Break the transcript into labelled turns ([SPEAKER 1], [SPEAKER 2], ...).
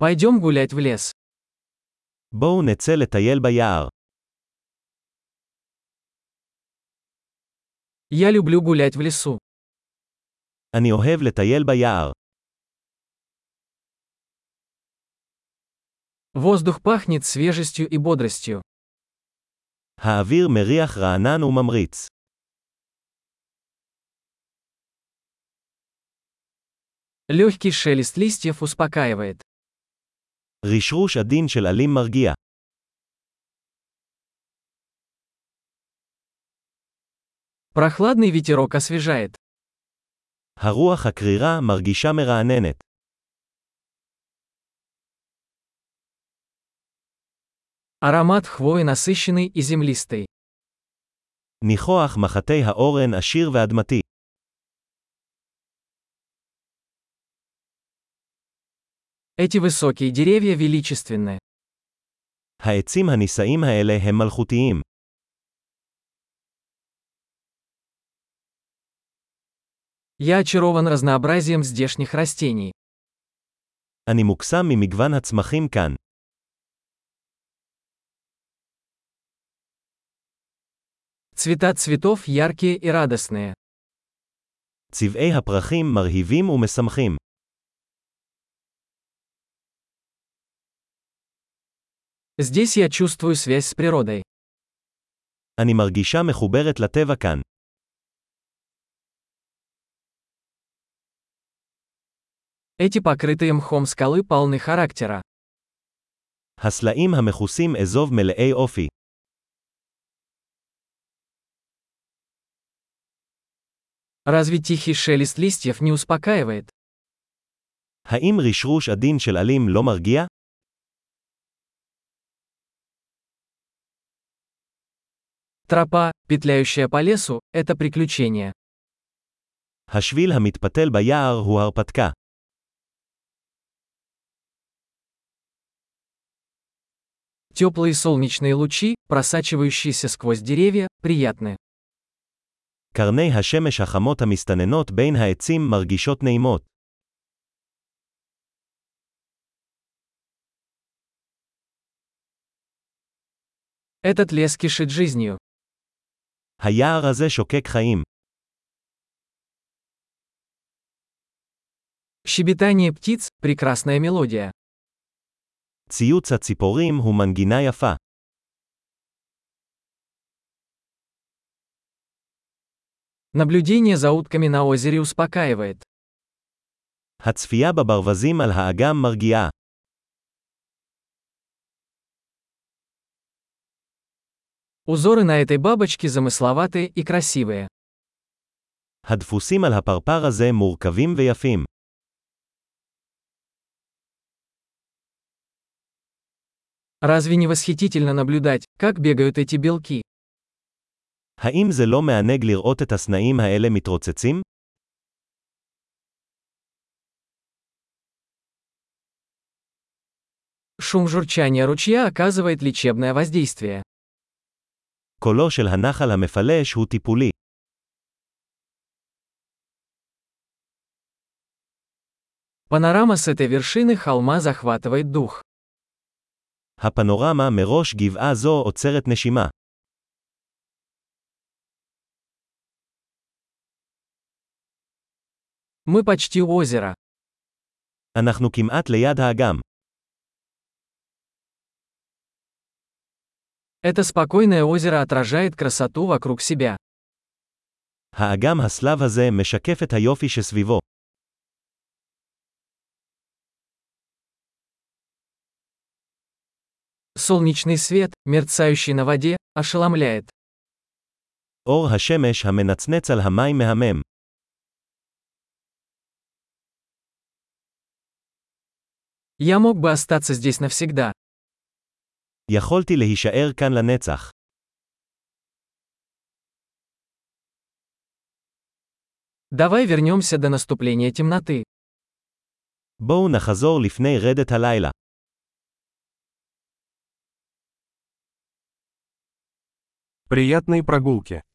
[SPEAKER 1] Пойдем гулять в лес.
[SPEAKER 2] בואו נצא לטייל ביער.
[SPEAKER 1] Я люблю гулять в лесу.
[SPEAKER 2] אני אוהב לטייל ביער.
[SPEAKER 1] Воздух пахнет свежестью и бодростью.
[SPEAKER 2] האוויר מריח רענן וממריץ.
[SPEAKER 1] Легкий шелест листьев успокаивает.
[SPEAKER 2] רשרוש עדין של עלים מרגיע.
[SPEAKER 1] Прохладный ветерок освежает.
[SPEAKER 2] הרוח הקרירה מרגישה מרעננת.
[SPEAKER 1] Аромат хвои насыщенный и землистый.
[SPEAKER 2] ניחוח מחטי האורן עשיר ואדמתי.
[SPEAKER 1] Эти высокие деревья величественны.
[SPEAKER 2] העצים הנישאים האלה הם מלכותיים.
[SPEAKER 1] Я очарован разнообразием здешних растений.
[SPEAKER 2] אני מוקסם ממגוון הצמחים כאן.
[SPEAKER 1] Цвета цветов яркие и радостные.
[SPEAKER 2] צבעי הפרחים מרהיבים ומשמחים.
[SPEAKER 1] Здесь я чувствую связь с природой.
[SPEAKER 2] אני מרגישה מחוברת לטבע כאן.
[SPEAKER 1] Эти покрытые мхом скалы полны характера.
[SPEAKER 2] הסלעים המכוסים אזוב מלאי אופי.
[SPEAKER 1] Разве тихий шелест листьев не успокаивает?
[SPEAKER 2] האם רשרוש עדין של עלים לא מרגיע?
[SPEAKER 1] Тропа, петляющая по лесу, это приключение.
[SPEAKER 2] השביל המתפתל ביער הוא הרפתקה.
[SPEAKER 1] Теплые солнечные лучи, просачивающиеся сквозь деревья, приятны.
[SPEAKER 2] קרני השמש החמות המסתננות בין העצים מרגישות נעימות.
[SPEAKER 1] Этот лес кишит жизнью.
[SPEAKER 2] היער הזה שוקק חיים.
[SPEAKER 1] Щебетание птиц – прекрасная мелодия.
[SPEAKER 2] ציוץ הציפורים הוא מנגינה יפה.
[SPEAKER 1] Наблюдение за утками на озере успокаивает.
[SPEAKER 2] הצפייה בברווזים על האגם מרגיעה.
[SPEAKER 1] Узоры на этой бабочке замысловатые и красивые.
[SPEAKER 2] הדפוסים על הפרפר הזה מורכבים ויפים.
[SPEAKER 1] Разве не восхитительно наблюдать, как бегают эти белки?
[SPEAKER 2] האם זה לא מענג לראות את הסנאים האלה מתרוצצים?
[SPEAKER 1] Шум журчания ручья оказывает лечебное воздействие.
[SPEAKER 2] קולו של הנחל המפלש הוא טיפולי.
[SPEAKER 1] Панорама с этой вершины холма захватывает дух.
[SPEAKER 2] הפנורמה מראש גבעה זו עוצרת נשימה.
[SPEAKER 1] Мы почти у озера.
[SPEAKER 2] אנחנו כמעט ליד האגם.
[SPEAKER 1] Это спокойное озеро отражает красоту вокруг себя.
[SPEAKER 2] האגם הסלב הזה משקף את היופי שסביבו.
[SPEAKER 1] Солнечный свет, мерцающий на воде, ошеломляет.
[SPEAKER 2] אור השמש המנצנץ על המים מהמם.
[SPEAKER 1] Я мог бы остаться здесь навсегда.
[SPEAKER 2] יכולתי להישאר כאן לנצח.
[SPEAKER 1] Давай вернемся до наступления темноты.
[SPEAKER 2] בואו נחזור לפני רדת הלילה.
[SPEAKER 3] Приятной прогулки!